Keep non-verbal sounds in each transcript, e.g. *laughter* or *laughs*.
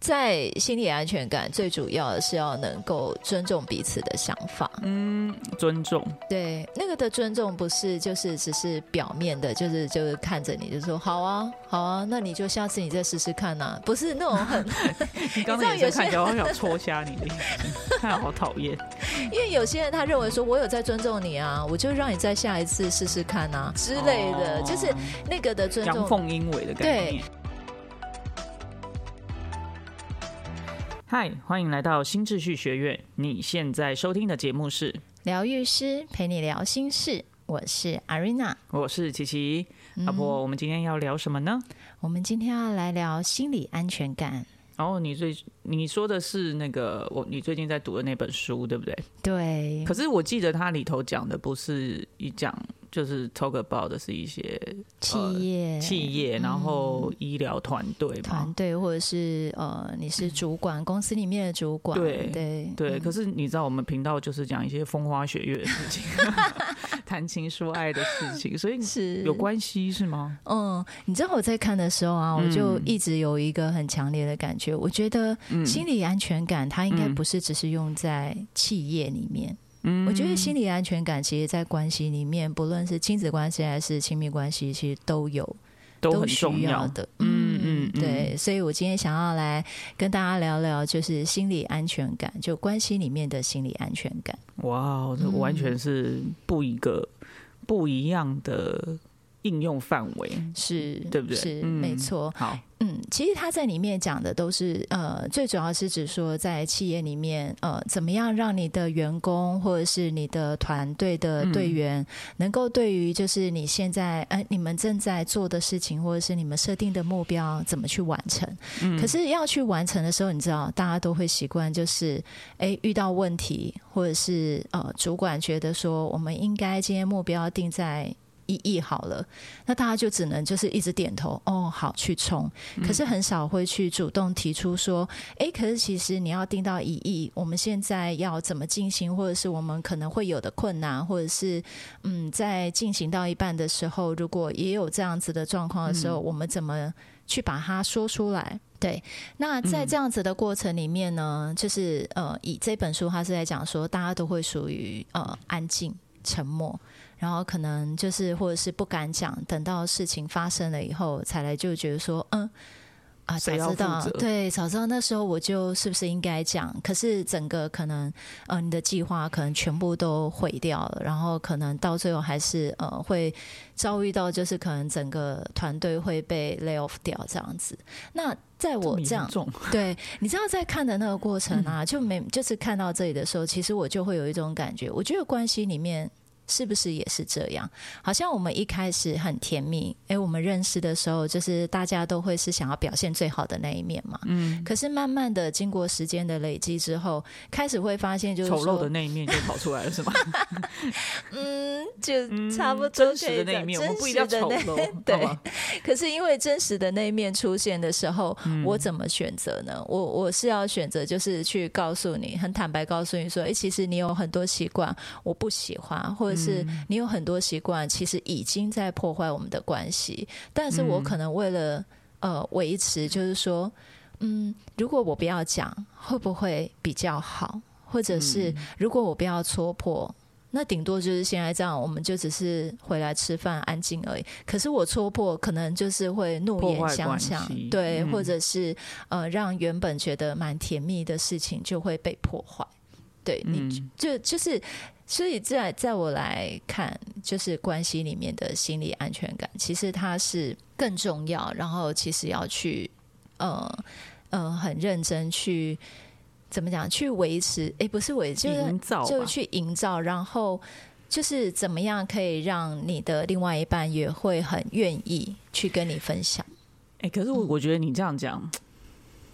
在心理安全感最主要的是要能够尊重彼此的想法。嗯，尊重，对，那个的尊重不是就是只是表面的，就是就是看着你就说好啊好啊，那你就下次你再试试看呐、不是那种 *laughs* 很，你刚知道刚也有是看些起来我想戳瞎你的眼睛，看来好讨厌。因为有些人他认为说我有在尊重你啊，我就让你再下一次试试看啊之类的，哦就是那个的尊阳重。奉阴违的概念。嗨，欢迎来到新秩序学院。你现在收听的节目是，疗愈师陪你聊心事，我是 Arena。我是琪琪。嗯阿婆，我们今天要聊什么呢？我们今天要来聊心理安全感。然后哦你最你说的是那个我你最近在读的那本书，对不呃对？对可，是我记得它里头讲的不是一讲就是 talk about 的是一些企业、企业，然后医疗团队嘛嗯团。队，或者是呃，你是主管，公司里面的主管，嗯对对对，嗯可是你知道我们频道就是讲一些风花雪月的 *laughs* 事情，谈情说爱的事情，所以是有。关系是吗？嗯，你知道我在看的时候啊，我就一直有一个很强烈的感觉，我觉得嗯心理安全感它应该嗯不是只是用在企业里面，嗯我觉得心理安全感其实在关系里面，不论是亲子关系还是亲密关系，其实都有。都很重需要要。的。嗯嗯嗯对，所以我今天想要来跟大家聊聊，就是心理安全感，就关系里面的心理安全感。哇，这完全是不一个不一样的应用范围。嗯是，嗯对不对是，嗯没错。好，嗯，其实他在里面讲的都是呃，最主要是指说在企业里面，呃，怎么样让你的员工或者是你的团队的队员、能够对于就是你现在呃你们正在做的事情或者是你们设定的目标怎么去完成。可是要去完成的时候，你知道大家都会习惯就是诶遇到问题或者是呃主管觉得说我们应该今天目标定在。一亿好了，那大家就只能就是一直点头哦，好去冲。可是很少会去主动提出说，诶，可是其实你要定到一亿，我们现在要怎么进行，或者是我们可能会有的困难，或者是嗯，在进行到一半的时候，如果也有这样子的状况的时候，我们怎么去把它说出来？嗯对，那在这样子的过程里面呢，就是呃，以这本书它是在讲说，大家都会属于呃安静、沉默，然后可能就是或者是不敢讲，等到事情发生了以后，才来就觉得说，嗯。啊，早谁要知道负责，对，早知道那时候我就是不是应该讲？可是整个可能，呃，你的计划可能全部都毁掉了，然后可能到最后还是呃会遭遇到，就是可能整个团队会被 lay off 掉这样子。那在我这样严重对，你知道在看的那个过程啊，就没就是看到这里的时候，其实我就会有一种感觉，我觉得关系里面。是不是也是这样？好像我们一开始很甜蜜，诶，我们认识的时候，就是大家都会是想要表现最好的那一面嘛。嗯。可是慢慢的，经过时间的累积之后，开始会发现，就是丑陋说的那一面就跑出来了，是 *laughs* 吗？嗯，就差不多、真实的那一面，我们不一定要丑陋， *laughs* 对好吧可是因为真实的那一面出现的时候，我怎么选择呢？我我是要选择就是去告诉你，很坦白告诉你说，诶，其实你有很多习惯我不喜欢，或者是你有很多习惯其实已经在破坏我们的关系，但是我可能为了呃维持，就是说，嗯，如果我不要讲，会不会比较好？或者嗯是如果我不要戳破，那顶多就是现在这样，我们就只是回来吃饭安静而已。可是我戳破，可能就是会怒破言坏相关向系，对，嗯或者是呃，让原本觉得蛮甜蜜的事情就会被破坏。对你、嗯就就是，所以在在我来看，就是关系里面的心理安全感，其实它是更重要，然后其实要去呃呃很认真去怎么讲去维持，诶，不是维持，就是营造就吧。去营造，然后就是怎么样可以让你的另外一半也会很愿意去跟你分享。哎、可是嗯我我觉得你这样讲，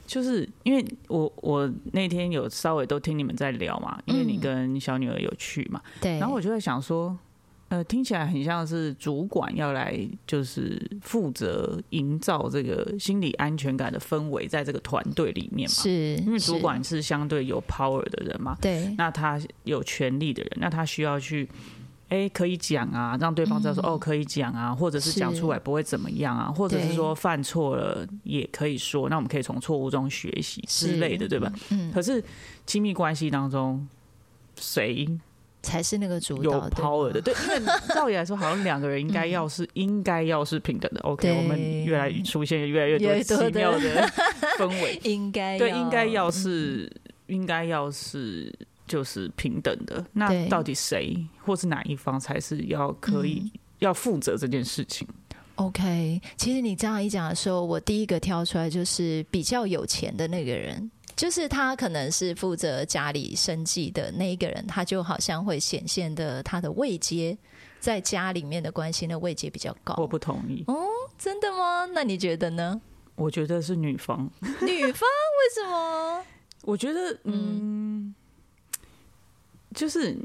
就是因为我我那天有稍微都听你们在聊嘛，因为你嗯跟小女儿有去嘛，对，然后我就在想说，呃，听起来很像是主管要来，就是负责营造这个心理安全感的氛围在这个团队里面嘛，是因为是主管是相对有 power 的人嘛，对那他有权力的人，那他需要去哎、可以讲啊，让对方知道说、嗯哦可以讲啊，或者是是讲出来不会怎么样啊，或者是对说犯错了也可以说，那我们可以从错误中学习之类的，是对吧？？嗯，可是亲密关系当中，谁才是那个主有导 power 的，对吗对，因为照理来说，好像两个人应该 *laughs* 要是、应该要是平等的。OK，对我们越来出现越来越越来越多奇多的妙的氛围，应该嗯对，应该要是应该要是就是平等的。那对到底谁或是哪一方才是要可以嗯要负责这件事情？ OK，其实你这样一讲的时候，我第一个挑出来就是比较有钱的那个人，就是他可能是负责家里生计的那一个人，他就好像会显现的他的位阶，在家里面的关系的位阶比较高。我不同意，哦真的吗？那你觉得呢？ *laughs* 我觉得是女方。女方为什么？我觉得，嗯，就是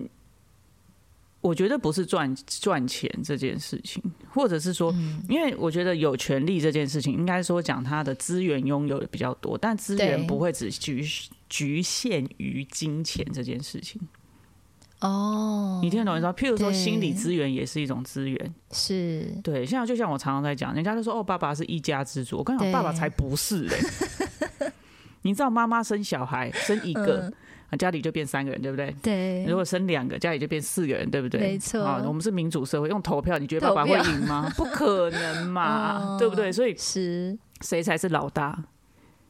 我觉得不是赚赚钱这件事情，或者是说，嗯因为我觉得有权利这件事情，应该说讲他的资源拥有的比较多，但资源对不会只局局限于金钱这件事情。哦，你听得懂？你知道，譬如说，对心理资源也是一种资源。是对，像就像我常常在讲，人家就说哦，爸爸是一家之主，我跟你讲，对爸爸才不是嘞、 *laughs* 你知道妈妈生小孩生一个，啊家里就变三个人，对不对？嗯对如，果生两个，家里就变四个人，对不对？没错啊，我们是民主社会，用投票，你觉得爸爸会投票赢 *laughs* 吗？不可能嘛，嗯对不对？所以是谁才是老大？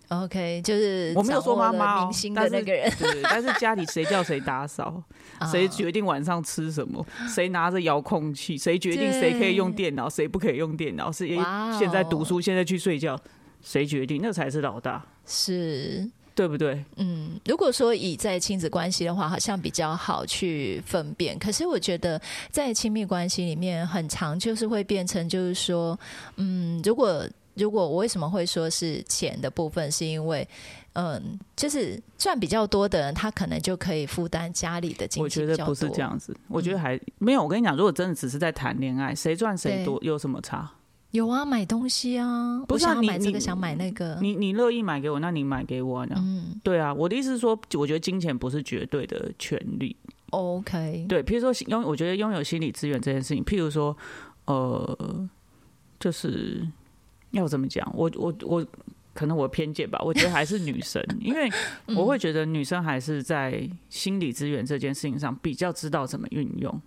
OK，就是我没有说妈妈、哦明，星但的是那个人，对，但是家里谁叫谁打扫，啊谁决定晚上吃 *gasps* 什么，谁拿着遥控器，谁决定谁可以用电脑，谁不可以用电脑，谁哇哦现在读书，现在去睡觉，谁决定？那才是老大，是对不对？嗯，如果说以在亲子关系的话，好像比较好去分辨。可是我觉得在亲密关系里面，很常就是会变成，就是说，嗯，如果如果我为什么会说是钱的部分，是因为。嗯，就是赚比较多的人，他可能就可以负担家里的经我济觉比较得多。嗯不是这样子，我觉得还没有。我跟你讲，如果真的只是在谈恋爱，谁赚谁对多有什么差？有啊，买东西啊，不是啊我想要买你这个，你想买那个。你你乐意买给我，那你买给我啊。嗯对啊，我的意思是说，我觉得金钱不是绝对的权利。 ，OK，对，譬如说拥，我觉得拥有心理资源这件事情，譬如说，呃，就是要怎么讲？我我我，可能我偏见吧，我觉得还是女生，因为我会觉得女生还是在心理资源这件事情上比较知道怎么运用。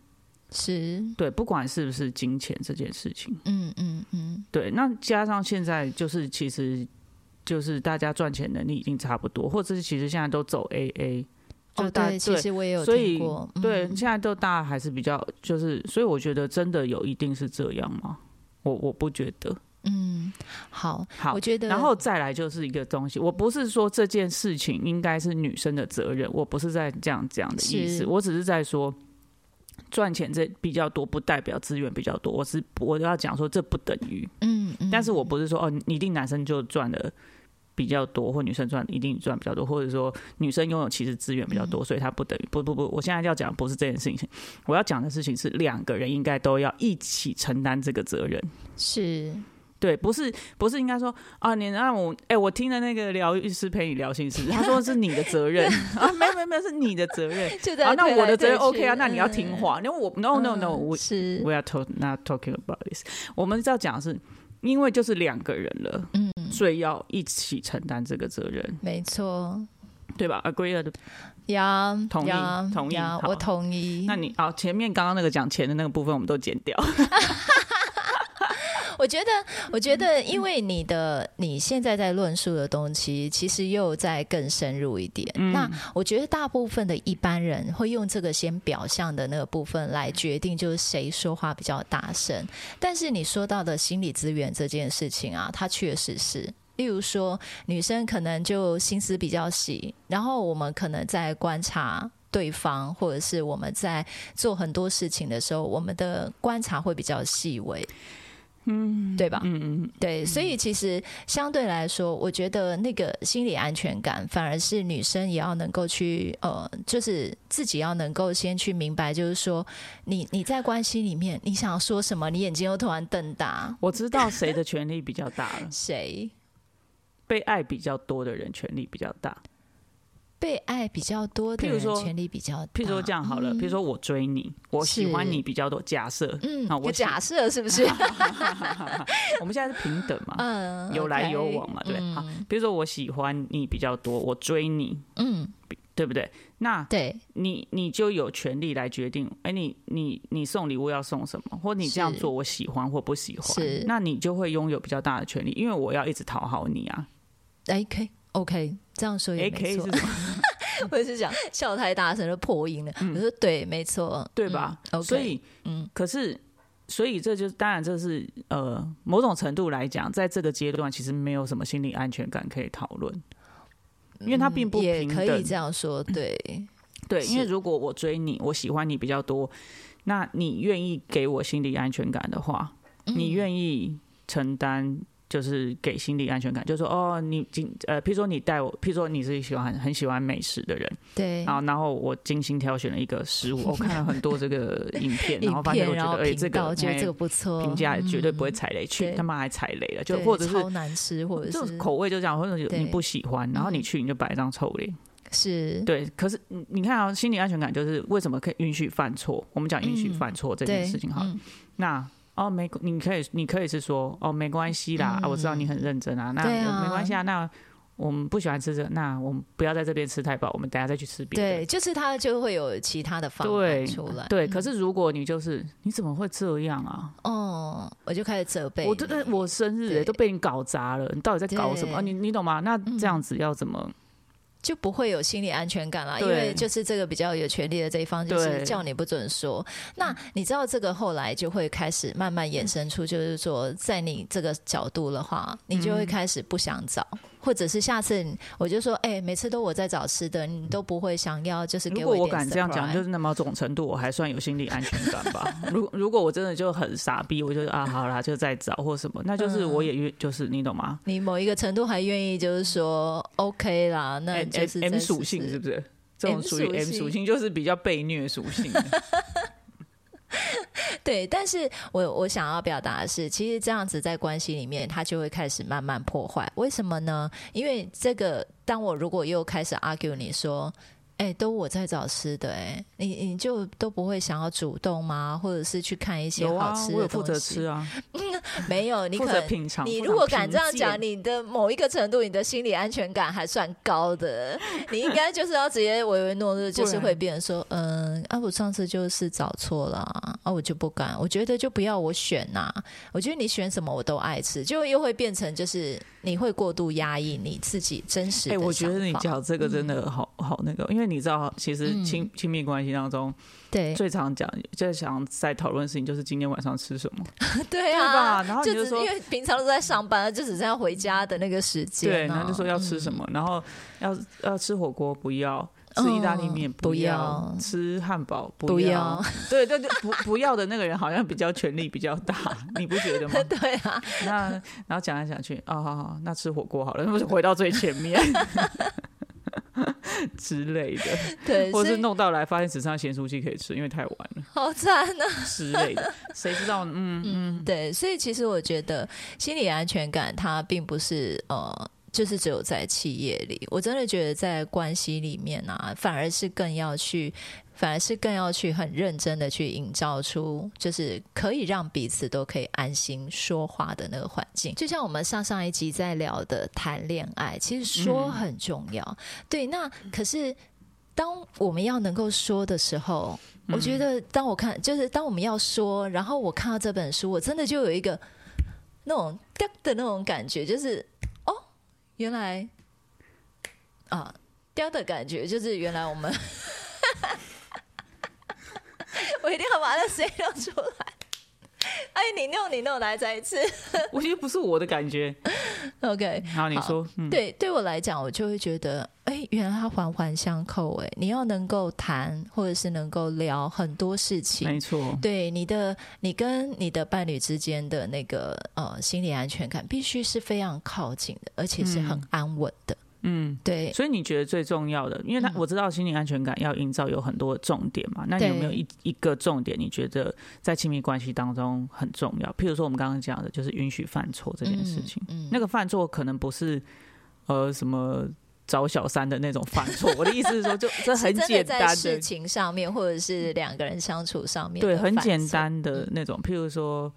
是，对，不管是不是金钱这件事情，嗯嗯嗯，对，那加上现在就是其实就是大家赚钱能力已经差不多，或者是其实现在都走 AA，就是哦，大、对，其实我也有所听以过，对，嗯现在都大家还是比较就是，所以我觉得真的有一定是这样吗？我我不觉得。嗯，好，好我觉得，然后再来就是一个东西，我不是说这件事情应该是女生的责任，我不是在这样这样的意思，是我只是在说赚钱这比较多，不代表资源比较多，我是我要讲说这不等于，嗯，嗯但是我不是说哦，你一定男生就赚的比较多，或女生赚一定赚比较多，或者说女生拥有其实资源比较嗯多，所以她不等于不不不，我现在要讲的不是这件事情，我要讲的事情是两个人应该都要一起承担这个责任。是对，不是不是应该说啊，你让我哎、我听了那个疗愈师陪你聊心事，他说是你的 *laughs* 责任啊，没有没有没有，是你的责任。就在好，那推我来的责推任去 OK 啊，那你要嗯听话。那我 no no no，嗯我是 We are talk, not talking about this。我们要讲的是，因为就是两个人了，嗯，所以要一起承担这个责任，没错，对吧？Agreed。呀，同意呀同意呀好我同意。那你啊，前面刚刚那个讲钱的那个部分，我们都剪掉。我觉得，我觉得，因为你的你现在在论述的东西，其实又在更深入一点。那我觉得大部分的一般人会用这个先表象的那个部分来决定，就是谁说话比较大声。但是你说到的心理资源这件事情啊，它确实是。例如说，女生可能就心思比较细，然后我们可能在观察对方，或者是我们在做很多事情的时候，我们的观察会比较细微，嗯，对吧？嗯嗯，对，所以其实相对来说，我觉得那个心理安全感，反而是女生也要能够去呃，就是自己要能够先去明白，就是说你你在关系里面你想要说什么，你眼睛又突然瞪大，我知道谁的权利比较大了，谁？被爱比较多的人权利比较大。被爱比较多的譬如人说权力比较大。譬如说这样好了，譬如说我追你，我喜嗯欢是你比较多。*laughs* 假设，嗯，啊嗯，就我喜假设是不 *laughs* 是？我们现在是平等嘛，嗯，有来 OK，有往嘛，对不对？好嗯，比如说我喜欢你比较多，我追你，嗯，对不对？那对，你你就有权利来决定，哎，你你你送礼物要送什么，或你这样是做我喜欢或不喜欢是，那你就会拥有比较大的权利，因为我要一直讨好你啊。哎，可以，OK，这样说也 A K 没是错什。 *laughs* 么？ *laughs* 我是想笑太大声就破音了。我说对，没错，嗯对吧？嗯？OK，所以，嗯，可是，所以这就是当然，这是呃，某种程度来讲，在这个阶段其实没有什么心理安全感可以讨论，因为它并不嗯也平可以等这。样说，对，对，因为是如果我追你，我喜欢你比较多，那你愿意给我心理安全感的话，嗯嗯你愿意承担。就是给心理安全感，就是说哦，你今呃，譬如说你带我，譬如说你是喜欢很喜欢美食的人，嗯对然，后，然后我精心挑选了一个食物，我看了很多这个影片，然后 *laughs* 影发现片我然觉后得，哎，这频个道觉得哎这个不错，评价绝对不会嗯，踩雷，去对他妈还踩雷了，就对或者是超难吃，或者就是是口味就这样，或者有对你不喜欢，然后你嗯去你就摆一张臭脸，是对。可是你你看啊，心理安全感就是为什么可以允许犯错？我们讲允许嗯犯错这件对事情，好了，嗯那。哦，没，你可以，你可以是说，哦，没关系啦、啊，我知道你很认真啊，那、嗯对啊没关系啊，那我们不喜欢吃这，那我们不要在这边吃太饱，我们等一下再去吃别的。对，就是他就会有其他的方对案出来，对，可是如果你就是你怎么会这样啊？哦，我就开始责备你，我真的我生日、欸、对都被你搞砸了，你到底在搞什么？啊、对嗯你你懂吗？那这样子要怎么？就不会有心理安全感啦，因对为就是这个比较有权利的这一方，就是对叫你不准说。那你知道这个后来就会开始慢慢衍生出，就是说，在你这个角度的话，你就会嗯开始不想找，或者是下次你我就说，哎、每次都我在找吃的，你都不会想要，就是如给果一我点敢这样讲， surprise 就是那某种程度我还算有心理安全感吧。 *laughs* 如如果我真的就很傻逼，我就啊好啦，就再找或什么，那就是嗯我也愿、就是你懂吗？你某一个程度还愿意，就是说 OK 啦，那 M 你就 M 是 M 再哎属试性试是不是？这种 M 属于属 M 性属性，就是比较被虐属 *laughs* 性的。对，但是我我想要表达的是，其实这样子在关系里面，它就会开始慢慢破坏。为什么呢？因为这个，当我如果又开始 argue 你说。哎、都我在找吃的、哎，你你就都不会想要主动吗？或者是去看一些有好啊，吃我的有负东责西？吃啊，没有，你负可责能品尝。你负如责果敢评这样鉴讲，你的某一个程度，你的心理安全感还算高的。你应该就是要直接唯唯诺诺，就是会变成说，嗯，啊，我上次就是找错了啊，啊我就不敢，我觉得就不要我选呐、我觉得你选什么我都爱吃，就又会变成就是你会过度压抑你自己真实哎、的想法。嗯我觉得你讲这个真的好、好那个，因为你知道，其实亲亲密关系当中、对最常讲，最常在讨论的事情就是今天晚上吃什么。对对啊，吧然后你就就只是说因为平常都在上班，就只剩下回家的那个时间、啊。对，然后就说要吃什么，然后要要吃火锅不要，吃意大利面嗯不要，要吃汉堡不不要要。 *laughs* 对对对，不不要的那个人好像比较权力比较大，你不觉得吗？对啊， *laughs* 那然后讲来讲去，哦，好好，那吃火锅好了， *laughs* 那不是回到最 *laughs* 前面之类的。对，或所是以弄到来发现只剩下咸酥鸡可以吃，因为太晚了好惨啊。之类的，谁知道呢？嗯嗯，对，所以其实我觉得心理安全感它并不是呃。就是只有在企业里，我真的觉得在关系里面啊，反而是更要去，反而是更要去很认真的去营造出，就是可以让彼此都可以安心说话的那个环境。就像我们上上一集在聊的谈恋爱，其实说很重要。对，那可是当我们要能够说的时候，我觉得当我看，就是当我们要说，然后我看到这本书，我真的就有一个那种哒的那种感觉，就是哦，原来啊嗲的感觉，就是原来我们，我一定要把那声音弄出来。哎，你弄你弄，来再一次。我觉得不是我的感觉。 OK，然后你说，嗯，对，对我来讲，我就会觉得，哎，原来它环环相扣，哎，你要能够谈，或者是能够聊很多事情没。错，对你的，你跟你的伴侣之间的那个呃心理安全感，必须是非常靠近的，而且是很安稳的。嗯。对，所以你觉得最重要的，因为他嗯我知道心理安全感要营造有很多重点嘛，那你有没有对一一个重点你觉得在亲密关系当中很重要？譬如说我们刚刚讲的，就是允许犯错这件事情，嗯，嗯那个犯错可能不是呃什么找小三的那种犯错。我的意思是说， *laughs* 就这很简单在事情上面，或者是两个人相处上面，对，很简。单的嗯那种，譬如说。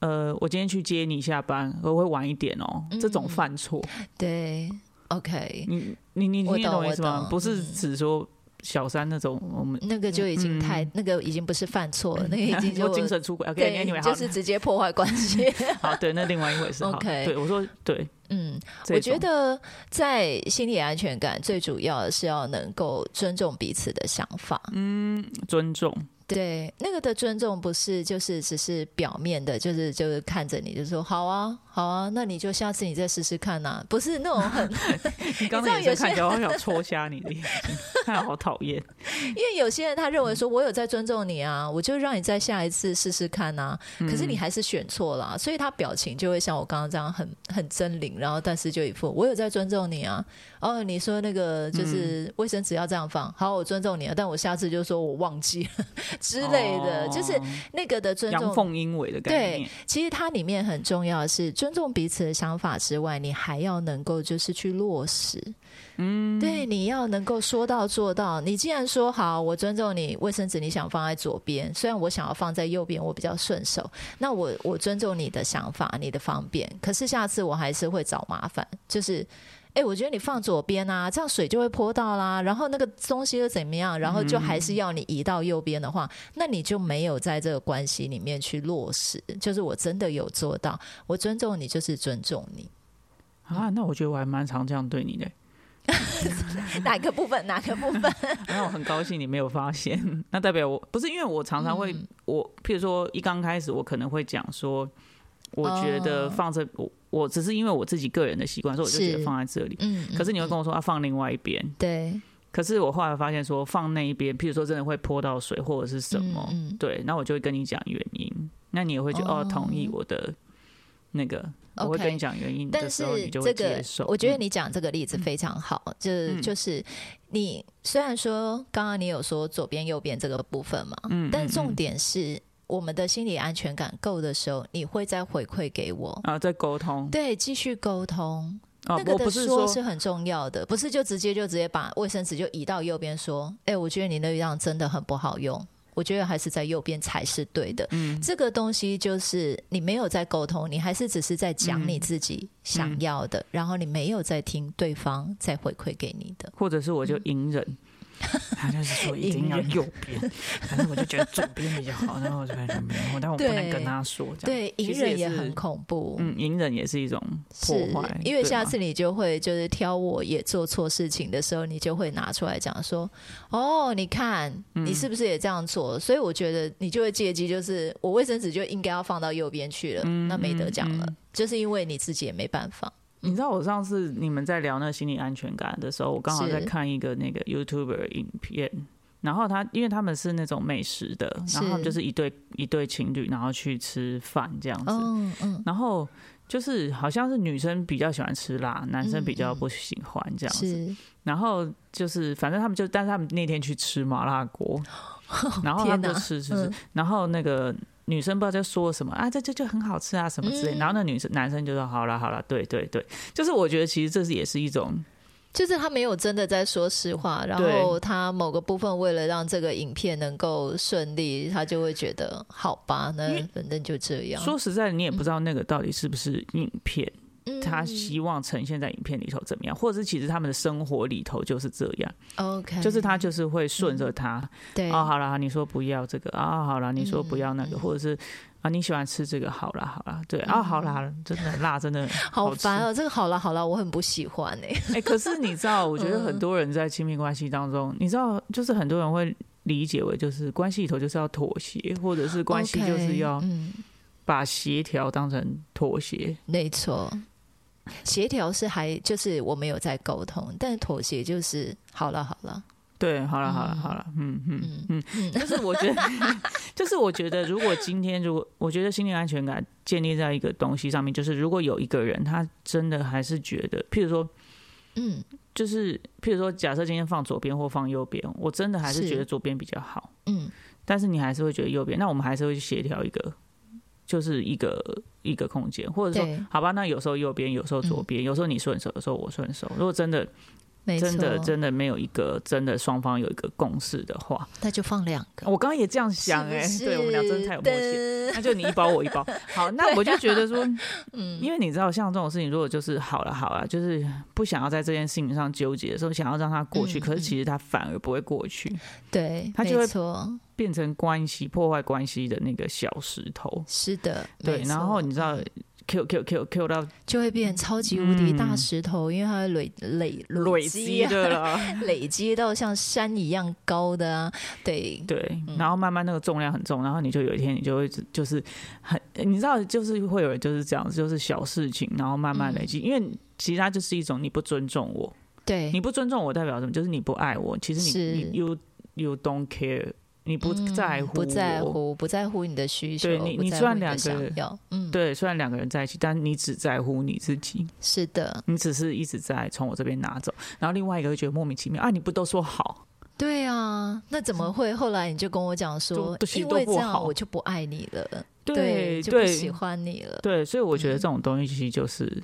呃，我今天去接你下班，我会晚一点哦。这嗯种犯错， *laughs* 对，OK，你你你我你懂懂我意思我吗懂？嗯不是只说小三那种，*laughs* 我们那个就已经太，那个已经不是犯错 *laughs* 了，那个已经说就嗯精神出轨。对 OK，anyway，，好就是直接破坏关系。 *laughs* 好，对，那另外一回事。好 *laughs* OK 对我说对，嗯，这我觉种得在心理安全感最主要的是要能够尊重彼此的想法。嗯 *laughs* 尊重，对，那个的尊重不是就是只是表面的，就是就是看着你就说好啊好啊，那你就下次你再试试看呐、不是那种 *laughs* 很，你刚知道才有眼些神看起来我想戳瞎你的眼睛， *laughs* 看来好讨厌。因为有些人他认为说我有在尊重你啊，我就让你再下一次试试看呐、 *laughs* 可嗯是你还是选错了啊、所以他表情就会像我刚刚这样很很狰狞，然后但是就一副我有在尊重你啊，哦你说那个嗯就是卫生纸要这样放，好我尊重你啊，但我下次就说我忘记了 *laughs* 之类的，就是哦那个的尊阳重奉阴违的概对念。，其实它里面很重要的是尊重彼此的想法之外，你还要能够就是去落实。嗯，对，你要能够说到做到。你既然说好，我尊重你，卫生纸你想放在左边，虽然我想要放在右边，我比较顺手。那我我尊重你的想法，你的方便。可是下次我还是会找麻烦，就是。哎、我觉得你放左边啊，这样水就会泼到啦。然后那个东西又怎么样？然后就还是要你移到右边的话，那你就没有在这个关系里面去落实。就是我真的有做到，我尊重你，就是尊重你。啊，那我觉得我还蛮常这样对你的， *laughs* *laughs* 哪个部分？哪个部分？那我很高兴你没有发现。 *laughs* 那代表我不是因为我常常嗯会，我譬如说一刚开始我可能会讲说，我觉得哦放这我我只是因为我自己个人的习惯，所以我就觉是得放在这里。 *laughs* 嗯，可是你会跟我说啊，放另外一边。对可是我后来发现说，放那一边，譬如说真的会泼到水或者是什么，嗯嗯对，那我就会跟你讲原因。那你也会觉得哦哦同意我的那个我会跟你 OK。讲原因的但时候，是你就会这个接受。，我觉得嗯你讲这个例子非常好，就是嗯就是你虽然说刚刚你有说左边右边这个部分嘛，嗯但重点是我们的心理安全感够的时候，你会再回馈给我，啊，在沟通对，继续沟通，哦那，个我的不是说说是很重要的，不是就直接就直接把卫生纸就移到右边说，哎、我觉得你那一样真的很不好用，我觉得还是在右边才是对的。嗯这个东西就是你没有在沟通，你还是只是在讲嗯你自己想要的，然后你没有在听对方再回馈给你的。或者是我就隐 *laughs* 忍，他就是说一定要嗯隐忍右边，反正我就觉得左边比较好，然后我就感觉没有，但我不能跟他说这样。对，其隐实忍也也是很恐怖。嗯，隐忍也是一种破是坏，因为对下吗次你就会就是挑我也做错事情的时候，你就会拿出来讲说，哦，你看你嗯是不是也这样做？所以我觉得你就会借机就是我卫生纸就应该要放到右边去了，嗯那没得讲了，就是因为你自己也没办法。你知道我上次你们在聊那个心理安全感的时候，我刚好在是看一个那个 YouTuber 影片，然后他因为他们是那种美食的，然后他们是就是一对一对情侣，然后去吃饭这样子，嗯嗯，然后就是好像是女生比较喜欢吃辣，男生比较嗯嗯不喜欢这样子，是然后就是反正他们就，但是他们那天去吃麻辣锅， *laughs* 然 *laughs* 后哦他们天就哪吃吃吃嗯，然后那个女生不知道在说什么啊，这这就很好吃啊什么之类，嗯然后那女生男生就说好啦好啦，对对对，就是我觉得其实这是也是一种就是他没有真的在说实话，然对后他某个部分为了让这个影片能够顺利，他就会觉得好吧，那因为反正就这样。说实在的，你也不知道那个到底是不是影片，嗯他希望呈现在影片里头怎么样，或者是其实他们的生活里头就是这样， OK，就是他就是会顺着他，哎嗯对嗯哎啊，好啦，你说不要这个啊，好啦，你说不要那个，或者是啊，你喜欢吃这个，好啦，好啦，对嗯啊，好啦，真的辣，真的好吃。烦哦！这个好了好了，我很不喜欢哎、哎、可是你知道，我觉得很多人在亲密关系当中，你知道，就是很多人会理解为，就是关系里头就是要妥协，或者是 *laughs* 关系就是 OK，要嗯，把协调当成妥协。没错。协调是还就是我们有在沟通，但妥协就是好了好了，对，好了，好了，好了，嗯嗯嗯嗯，就是我觉得， *laughs* 就是我觉得，如果今天如果我觉得心理安全感建立在一个东西上面，就是如果有一个人他真的还是觉得，譬如说，嗯就是譬如说，假设今天放左边或放右边，我真的还是是觉得左边比较好，嗯，但是你还是会觉得右边，那我们还是会去协调一个，就是一个一个空间，或者说对，好吧，那有时候右边，有时候左边，有时候你顺手，有时候我顺手。如果真的没错，真的真的没有一个真的双方有一个共识的话，那就放两个。我刚刚也这样想哎、是不对我们俩真的是太有默契了。哎的那就你一包我一 *laughs* 包，好，那我就觉得说，嗯，因为你知道，像这种事情，如果就是好了好了，就是不想要在这件事情上纠结的时候，想要让它过去，嗯可是其实它反而不会过去，对，他就会没错，变成关系破坏关系的那个小石头。是的，对，没然错嗯后你知道，Q Q Q Q 到就会变超级无敌大石头，因为它会累累嗯累积积啊的了，累积到像山一样高的啊，对，对，然后慢慢那个重量很重，然后你就有一天你就会就是很，你知道，就是会有人就是这样，就是小事情，然后慢慢累积，因为其实它就是一种你不尊重我，嗯对你，不尊重我代表什么？就是你不爱我，其实你是嗯你 you you don't care，你不在乎我，不在乎，不在乎你的需求，对你不你在虽然乎的两个想要，嗯，对，虽然两个人在一起，但你只在乎你自己，是的，你只是一直在从我这边拿走，然后另外一个会觉得莫名其妙啊，你不都说好？对啊，那怎么会后来你就跟我讲说都都，其实因为都这不样好我就不爱你了，对就不对喜欢嗯你了。对，所以我觉得这种东西其实就是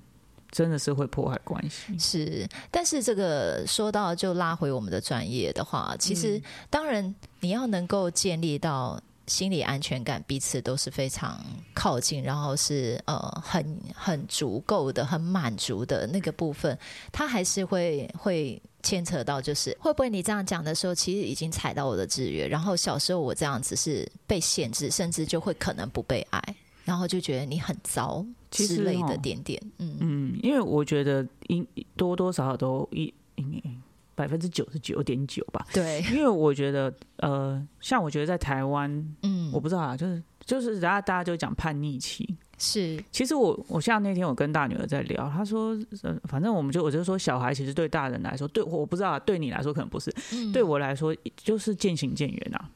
真的是会破坏关系。是，但是这个说到就拉回我们的专业的话，其嗯实当然你要能够建立到心理安全感，彼此都是非常靠近，然后是呃很很足够的、很满足的那个部分，它还是会会。牵扯到就是会不会你这样讲的时候，其实已经踩到我的制约。然后小时候我这样子是被限制，甚至就会可能不被爱，然后就觉得你很糟其之实类的哦点点。嗯，嗯，因为我觉得应多多少少都一应百分之九十九点九吧，对，因为我觉得呃，像我觉得在台湾，嗯我，不知道啊，就是就是，然后大家就讲叛逆期。是其实我我像那天我跟大女儿在聊，她说，呃、反正我们就我就说，小孩其实对大人来说，对我不知道啊、对你来说可能不是，嗯对我来说就是渐行渐远啊。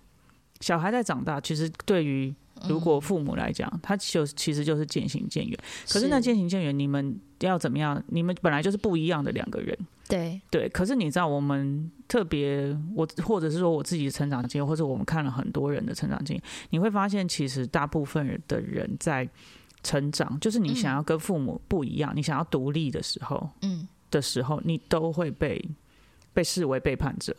小孩在长大，其实对于如果父母来讲，他就其实就是渐行渐远。可是那渐行渐远，你们要怎么样？你们本来就是不一样的两个人。对，对，可是你知道，我们特别我，或者是说我自己的成长经验，或者我们看了很多人的成长经验，你会发现，其实大部分的人在成长，就是你想要跟父母不一样，你想要独立的时候嗯，的时候，你都会被被视为背叛者。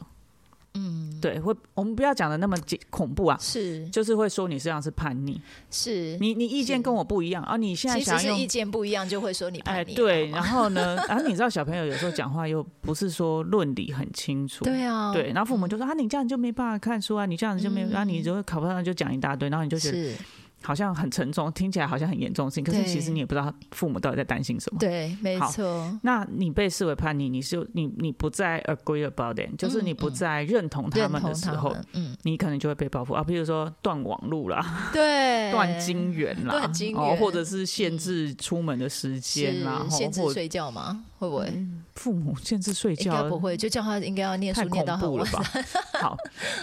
嗯，对，会我们不要讲的那么紧恐怖啊，是就是会说你实际上是叛逆，是，你你意见是跟我不一样啊，你现在其想实是要用哎意见不一样就会说你叛逆了，对，好然吗后呢，啊，你知道小朋友有时候讲话又不是说论理很清 *laughs* 楚，对啊，对，然后父母就说啊，你这样就没办法看书啊，你这样子就没有，然后你就考不上就讲一大堆，然后你就觉得嗯是，好像很沉重，听起来好像很严重的事情，可是对其实你也不知道父母到底在担心什么。对，没好错，那你被视为叛逆，你是你你不再 agree about them，就是你不再认同嗯他认们的同时他候，们，嗯，你可能就会被报复啊，比如说断网路啦、对，断金源啦断金，哦，源或者是限制出门的时间是啦，限哦制或嗯睡觉吗？会不会？父母限制睡应该觉不，会，就叫他应该要念书太念恐到很怖了 *laughs* 晚。吧？好，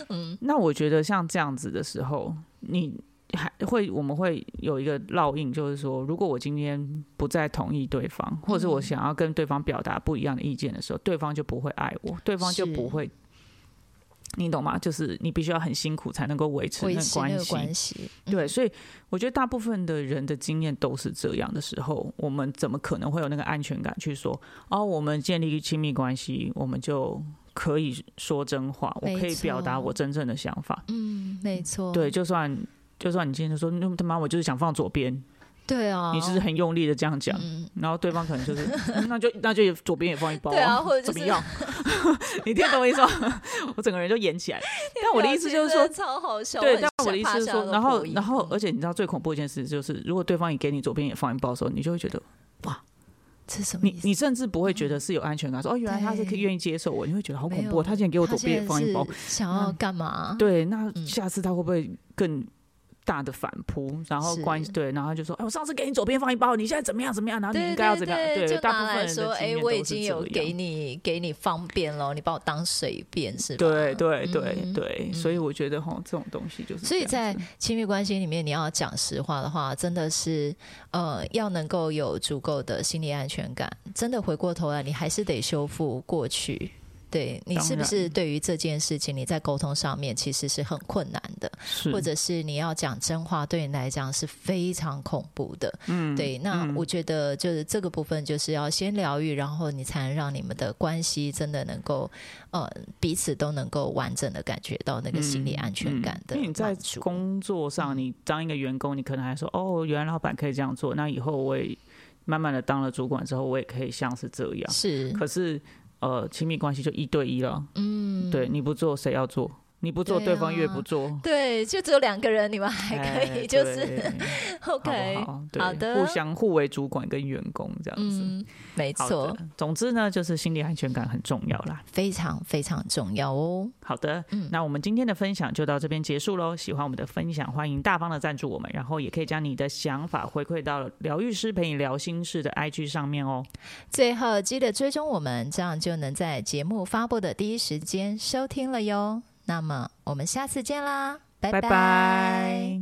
嗯，那我觉得像这样子的时候，你还会我们会有一个烙印，就是说，如果我今天不再同意对方，或者是我想要跟对方表达不一样的意见的时候，对方就不会爱我，对方就是不会。你懂吗？就是你必须要很辛苦才能够维持维那个持那关个系，关系，对，所以我觉得大部分的人的经验都是这样的时候，我们怎么可能会有那个安全感去说哦，我们建立亲密关系，我们就可以说真话，我没可以表达错我真正的想法。哦嗯，没错，对，就算就算你今天说，那他妈我就是想放左边，对啊，你是不是很用力的这样讲，嗯然后对方可 *laughs* 能就是，嗯那就那就左边也放一包、对啊或者就是怎么样？ *laughs* 你听懂我意思吗？ *laughs* 我整个人就演起来了。但我的意思就是说表情真的，超好笑，对，很但我想的意趴思是下说，都然后破音嗯然后，而且你知道最恐怖的一件事就是，如果对方也给你左边也放一包的时候，你就会觉得这是什么你意思？嗯你甚至不会觉得是有安全感，说哦，原来他是可以对愿意接受我，你会觉得好恐怖没有哦，他竟然给我他左边现也在放一是包，想要嗯干嘛？对，那嗯下次他会不会更？大的反扑，然后是关对，然后就说，哎，我上次给你左边放一包，你现在怎么样怎么样，然后啊你应该要怎么样？对，就大拿部分来人说，的经哎、验我已都是经这有样给你给你方便咯，你把我当水便是吧？对对对嗯对，所以我觉得吼，这种东西就是这所以样子，在亲密关系里面，你要讲实话的话，真的是呃，要能够有足够的心理安全感。真的回过头来，你还是得修复过去对你是不是对于这件事情，你在沟通上面其实是很困难的，是或者是你要讲真话，对你来讲是非常恐怖的。嗯对，那我觉得就是这个部分，就是要先疗愈，然后你才能让你们的关系真的能够，呃，彼此都能够完整的感觉到那个心理安全感的嗯因为你在满足。工作上，你当一个员工，你可能还说哦，原来老板可以这样做，那以后我也慢慢的当了主管之后，我也可以像是这样。是，啊可是呃，亲密关系就一对一了，嗯，对，你不做谁要做？你不做，对啊对方越不做。对，就只有两个人，你们还可以，哎就对 *laughs* 是 OK，好不好？对，好的互相互为主管跟员工这样子。嗯，没好错的，，总之呢，就是心理安全感很重要啦。非常非常重要哦。好的，嗯那我们今天的分享就到这边结束喽。喜欢我们的分享，欢迎大方的赞助我们，然后也可以将你的想法回馈到疗愈师陪你聊心事的 IG 上面哦。最后记得追踪我们，这样就能在节目发布的第一时间收听了哟。那么我们下次见啦，拜拜拜